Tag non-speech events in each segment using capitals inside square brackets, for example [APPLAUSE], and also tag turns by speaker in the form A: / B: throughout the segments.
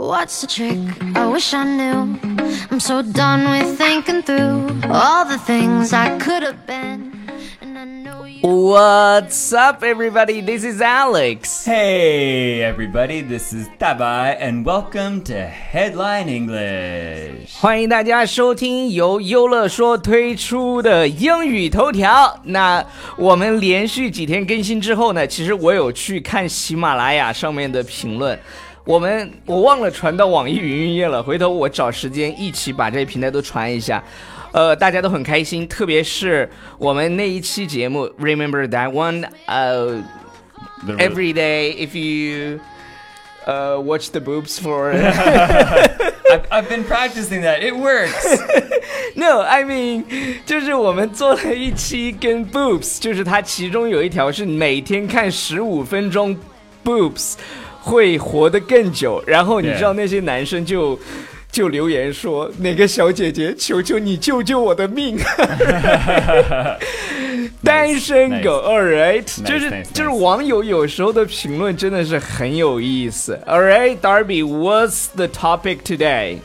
A: What's the trick? I wish I knew. I'm so done with thinking through all the things I could have been. And I know you.
B: What's up, everybody? This is Alex.
C: Hey everybody, this is Dabai and welcome to Headline English.
B: 欢迎大家收听由优乐说推出的英语头条。那我们连续几天更新之后呢，其实我有去看喜马拉雅上面的评论。我们我忘了传到网易云音乐了，回头我找时间一起把这些平台都传一下。呃，大家都很开心，特别是我们那一期节目，Remember that one？呃、
C: The re-
B: every day if you uh, watch the boobs for
C: I've, I've been practicing that.
B: [LAUGHS]
C: It works.
B: no I mean 就是我们做了一期跟 boobs，就是它其中有一条是每天看十五分钟 boobs 会活得更久，然后你
C: Yeah.
B: 知道那些男生就。就留言说哪个小姐姐，求求你救救我的命！ [LAUGHS] 单身狗 a l l right，就是就是
C: nice.
B: 网友有时候的评论真的是很有意思。All right，Darby，what's the topic today？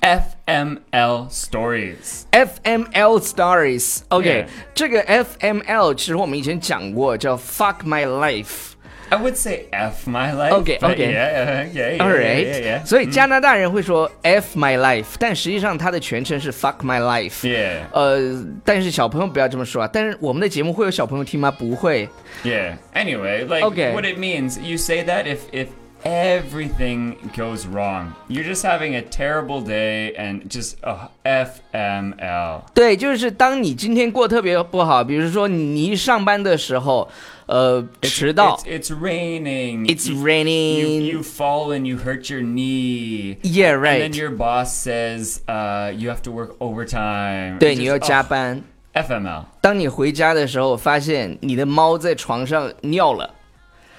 C: FML stories.
B: FML stories。OK，、
C: Yeah.
B: 这个 FML 其实我们以前讲过，叫 Fuck My Life。
C: I would say F my life.
B: Okay,
C: but
B: okay.
C: Yeah, yeah, yeah, 嗯 yeah,
B: All
C: yeah,
B: right，、
C: yeah, yeah.
B: 所以加拿大人会说 F My Life，但实际上它的全称是 Fuck My Life。
C: Yeah.
B: 呃，但是小朋友不要这么说啊！但是我们的节目会有小朋友听吗？不会。
C: Yeah. Anyway, like
B: Okay.
C: what it means, you say that if if everything goes wrong, you're just having a terrible day and just uh, FML.
B: 对，就是当你今天过特别不好，比如说你一上班的时候，呃，迟到
C: It's, it's raining.
B: ，It's
C: You- You, you
B: raining，Yeah
C: fall and you hurt your knee. And then
B: right，
C: your boss says uh, you have to work overtime.
B: 对
C: It
B: 你
C: just-
B: 要加
C: oh,
B: 班。
C: FML.
B: 当你回家的时候，发现你的猫在床上尿了，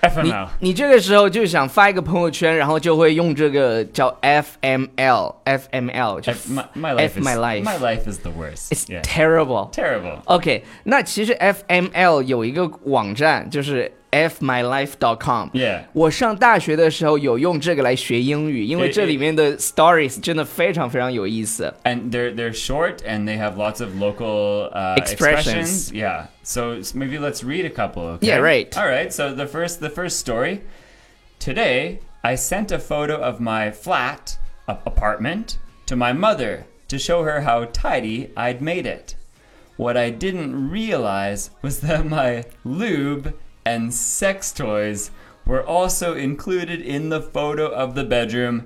B: 你
C: FML.
B: 你这个时候就想发一个朋友圈，然后就会用这个叫 FML FML，就是
C: F- my, my life
B: F
C: is
B: my life
C: My life is the worst.
B: it's
C: yeah.
B: terrible。
C: terrible.
B: OK，那其实 FML 有一个网站，就是 fmylife.com。
C: Yeah.
B: 我上大学的时候有用这个来学英语，因为
C: It-
B: 这里面的 stories 真的非常非常有意思。
C: And they're they're short and they have lots of local uh,
B: Expressions.
C: Yeah. So s- maybe let's read a couple. Okay?
B: Yeah, right.
C: All right. So the first the first story today, I sent a photo of my flat a- apartment to my mother to show her how tidy I'd made it. What I didn't realize was that my lube and sex toys were also included in the photo of the bedroom.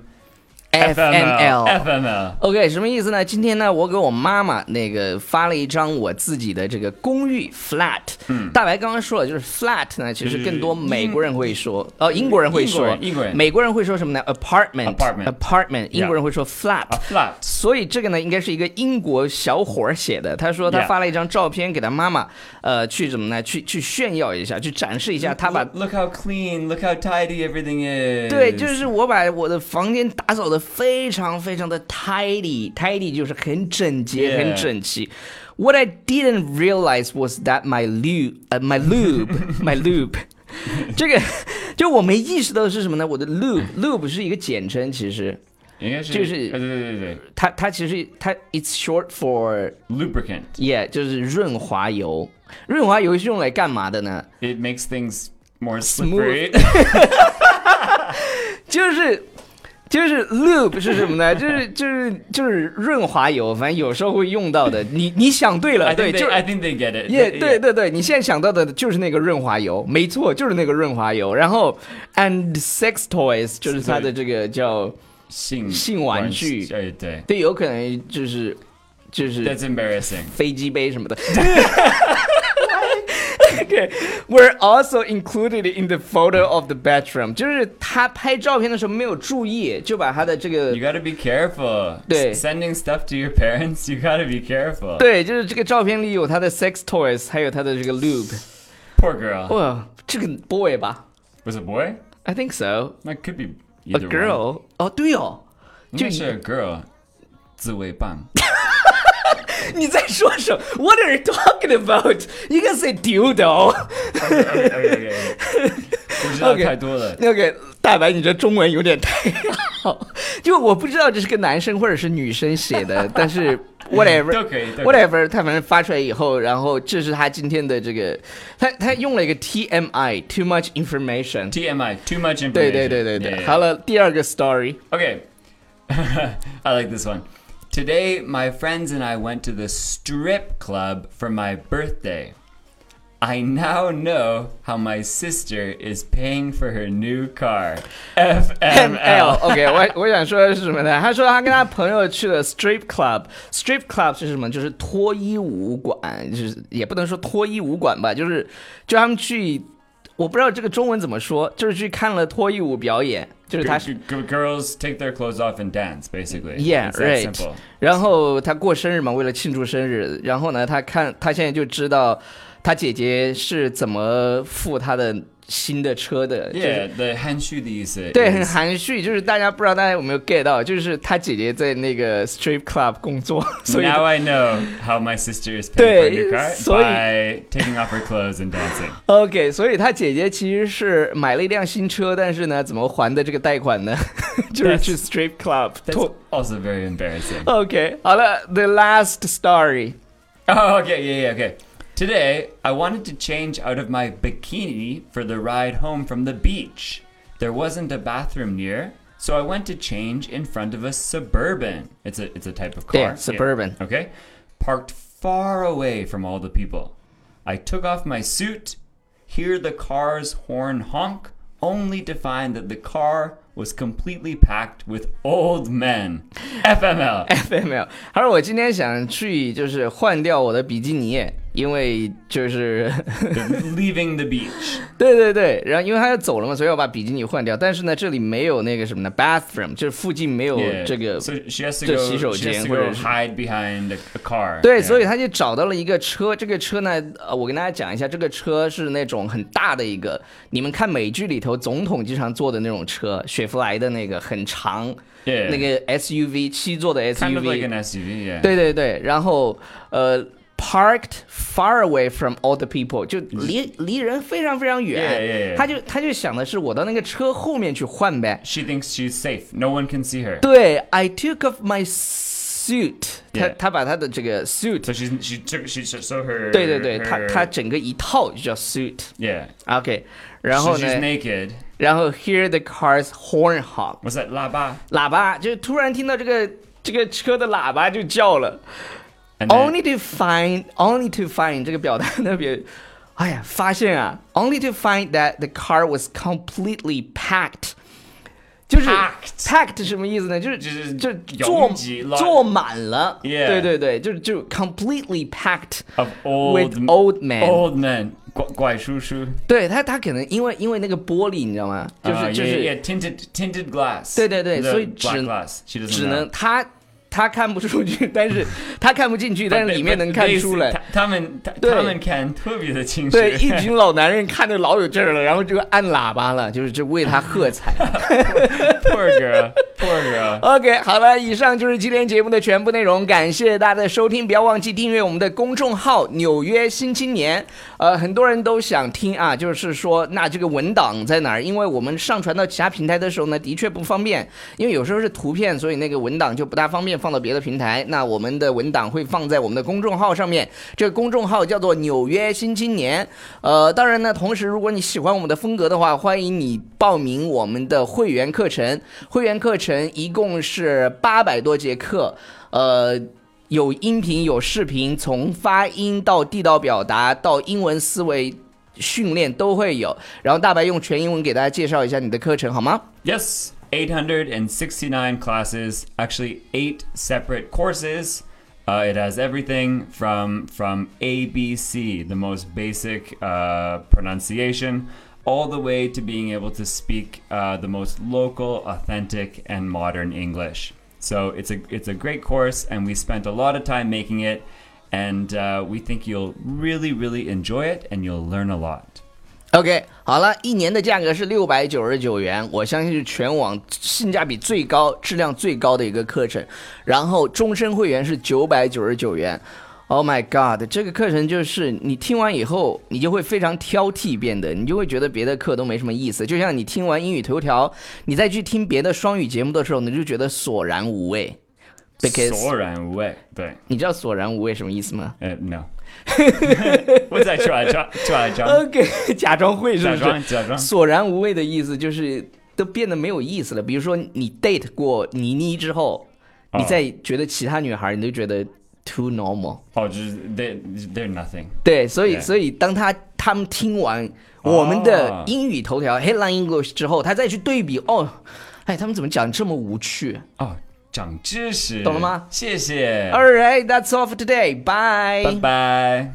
B: FML。
C: FML.
B: OK，什么意思呢？今天呢，我给我妈妈那个发了一张我自己的这个公寓 flat。嗯，大白刚刚说了，就是 flat 呢，其实
C: 就是
B: 更多美国人会说，呃，英国人会
C: 嗯英国
B: 说，
C: 人英国人
B: 美国人会说什么呢？apartment
C: Apartment
B: apartment，英国人会说 flat。
C: A flat.
B: 所以这个呢，应该是一个英国小伙儿写的。他说他
C: Yeah
B: 发了一张照片给他妈妈，呃，去怎么呢？去去炫耀一下，去展示一
C: 嗯
B: 下他把
C: Look- look how clean, look how tidy everything is.
B: 对，就是我把我的房间打扫的非常非常的 tidy，tidy 就是很整洁、
C: Yeah
B: 很整齐。What I didn't realize was that my lube，呃、m y lube，my lube，这个就我没意识到的是什么呢？我的 lube，lube 是一个简称，其实
C: 应该是-
B: 就是-
C: 呃，对，对，对，对。
B: 它它其实它 it's short for
C: lubricant.
B: yeah，就是润滑油。润滑油是用来干嘛的呢？
C: It makes things more
B: Smooth.
C: slippery.
B: [LAUGHS] 就是就是 lube 是什么呢？就是就是就是润滑油，反正有时候会用到的。你你想对了，
C: I
B: 对，
C: think
B: 就
C: they,
B: 是
C: I think they get it.
B: 也
C: They-
B: 对对对，你现在想到的就是那个润滑油，没错，就是那个润滑油。然后 and sex toys 就是它的这个叫，
C: 性-
B: 性玩具。
C: 关系，哎，对。
B: 对，有可能就是就是。
C: That's embarrassing.
B: 飞机杯什么的。Okay, we're also included in the photo of the bedroom。就是他拍照片的时候没有注意，就把他的这个
C: You gotta be careful.
B: 对。
C: S- Sending stuff to your parents, [LAUGHS] you gotta be careful.
B: 对，就是这个照片里有他的 sex toys，还有他的这个 lube。
C: Poor girl.
B: 哇，这个 boy 吧
C: Was it a boy?
B: ？I think so.
C: That could be
B: A
C: either one.
B: girl. 哦，对哦，就
C: 应该是 a girl.
B: [LAUGHS]
C: 自慰棒。
B: 你在说什么？What are you talking about? You can say dildo. [LAUGHS]
C: Okay, okay, okay, okay. 我知道
B: Okay.
C: 太多了。
B: 那个大白，你这中文有点太好，就我不知道这是个男生或者是女生写
C: [LAUGHS]
B: 的，但是 whatever
C: 都可以都可以
B: whatever，他反正发出来以后，然后这是他今天的这个，他他用了一个 TMI too much information，
C: TMI, too much
B: 对对
C: information.
B: 对对
C: Yeah,
B: 对，
C: yeah.
B: 好了，第二个 story，
C: Okay. [LAUGHS] I like this one. Today, my friends and I went to the strip club for my birthday. I now know how my sister is paying for her new car. FML.
B: L，OK，、我我想说的是什么呢？他说他跟他朋友去了 strip club，strip club 是什么？就是脱衣舞馆，就是也不能说脱衣舞馆吧，就是就他们去，我不知道这个中文怎么说，就是去看了脱衣舞表演，就是他
C: G- g- girls take their clothes off and dance, basically.
B: Yeah,
C: It's that
B: right.
C: simple.
B: 然后他过生日嘛，为了庆祝生日，然后呢，他看他现在就知道他姐姐是怎么付他的新的车的，就是
C: Yeah, the henshu these
B: 对，很含蓄，就是大家不知道大家有没有 get 到，就是他姐姐在那个 strip club 工作，所以
C: now I know how my sister is paying for her new car
B: 对，所以-
C: by taking off her clothes and dancing.
B: OK，所以他姐姐其实是买了一辆新车，但是呢，怎么还的这个贷款呢？ [LAUGHS] 就是去 strip club
C: That's
B: 脱。
C: also very embarrassing.
B: OK，好了，the last story。 [LAUGHS]
C: Oh, okay, yeah, yeah, okay. Today, I wanted to change out of my bikini for the ride home from the beach. There wasn't a bathroom near, so I went to change in front of a suburban. It's a it's a type of car.
B: 对，Suburban
C: Okay, parked far away from all the people. I took off my suit, hear the car's horn honk, only to find that the car was completely packed with old men. FML.
B: 对，没有。他说我今天想去，就是换掉我的比基尼，因为就是， [LAUGHS]
C: leaving the beach.
B: 对对对，然后因为他要走了嘛，所以要把比基尼换掉。但是呢，这里没有那个什么呢，bathroom，就是附近没有
C: Yeah.
B: 这个
C: so she has to
B: 这
C: go,
B: 洗手
C: she has
B: 间
C: to
B: 或者
C: go
B: 是
C: hide behind a, a car.
B: 对，
C: Yeah.
B: 所以他就找到了一个车，这个车呢，呃，我跟大家讲一下，这个车是那种很大的一个，你们看美剧里头总统经常坐的那种车，雪佛兰的那个很长
C: Yeah.
B: 那个 SUV 七座的
C: kind of like
B: SUV，
C: an SUV. Yeah.
B: 对对对，然后呃，parked far away from all the people，就离离人非常非常远
C: Yeah, yeah, yeah.，
B: 他就他就想的是我到那个车后面去换呗，
C: She thinks she's safe. No one can see her.
B: 对，I took off my suit，他
C: Yeah.
B: 他把他的这个 suit
C: So she's she took she so her.
B: 对对对，它
C: her-
B: 它整个一套就叫 suit。
C: Yeah.
B: OK，然
C: So
B: 后
C: she's
B: 呢，
C: naked.
B: 然后 hear the car's horn honk，
C: Was that laba?
B: 喇叭就突然听到这个这个车的喇叭就叫了。
C: And then-
B: Only to find, only to find 这个表达特别，哎呀，发现啊，only to find that the car was completely packed，就是
C: Packed
B: packed 什么意思呢？就是
C: 就是
B: 就坐
C: 拥挤了
B: 坐满了
C: Yeah
B: 对对对，就是就 completely packed
C: Of old
B: with old man，
C: old man. Gu- Guai shu shu.
B: 对他，他可能因为因为那个玻璃，你知道吗？就是、
C: Uh,
B: 就
C: yeah,
B: 是
C: yeah, tinted tinted glass.
B: 对对对，
C: The
B: 所以只-
C: black glass. She doesn't
B: 只
C: know.
B: 能他他看不出去，但是他看不进去，但是里面能看出来。对。
C: 他们他们看特别的清楚。
B: 对，一群老男人看着老有劲儿了，然后就按喇叭了，就是就为他喝彩。
C: [LAUGHS] poor girl, poor girl.
B: OK，好了，以上就是今天节目的全部内容，感谢大家的收听，不要忘记订阅我们的公众号《纽约新青年》。呃，很多人都想听啊，就是说，那这个文档在哪儿？因为我们上传到其他平台的时候呢，的确不方便，因为有时候是图片，所以那个文档就不大方便放到别的平台。那我们的文档会放在我们的公众号上面，这个公众号叫做《纽约新青年》。呃，当然呢，同时如果你喜欢我们的风格的话，欢迎你报名我们的会员课程。会员课程一共是八百多节课，呃。有音频，有视频，从发音到地道表达，到英文思维训练都会有。然后大白用全英文给大家介绍一下你的课程好吗？
C: Yes, 869 classes, actually eight separate courses. Uh, it has everything from from ABC, the most basic uh, pronunciation, all the way to being able to speak uh, the most local, authentic, and modern English. So it's a it's a great course, and we spent a lot of time making it, and uh, we think you'll really really enjoy it, and you'll learn a lot.
B: OK，好了，一年的价格是六百九十九元，我相信是全网性价比最高、质量最高的一个课程。然后终身会员是九百九十九元， Oh my God！这个课程就是你听完以后，你就会非常挑剔变得，你就会觉得别的课都没什么意思。就像你听完英语头条，你再去听别的双语节目的时候，你就觉得索然无味。Because
C: 索然无味。对。
B: 你知道索然无味什么意思吗
C: Uh, no. [LAUGHS] What's that? Try, try, try,
B: 嗯
C: try.
B: ？OK，假 [LAUGHS] 装会是不是？
C: 假装，假装。
B: 索然无味的意思就是都变得没有意思了。比如说你 date 过倪妮之后，你
C: 哦
B: 再觉得其他女孩，你都觉得 too normal。
C: Oh, just, they, they're nothing.
B: 对，所以
C: Yeah.
B: 所以当他他们听完
C: 哦
B: 我们的英语头条 headline English 之后，他再去对比，哦，哎，他们怎么讲这么无趣
C: Oh, 长知识。
B: 懂了吗？
C: 谢谢。
B: ？All right, that's all for today. Bye.
C: Bye-bye.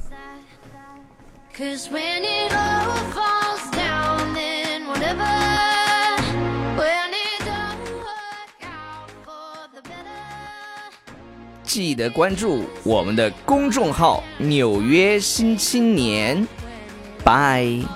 A: Cause when it all falls down, then whatever. When it don't work out for the better.
B: 记得关注我们的公众号《纽约新青年》。Bye.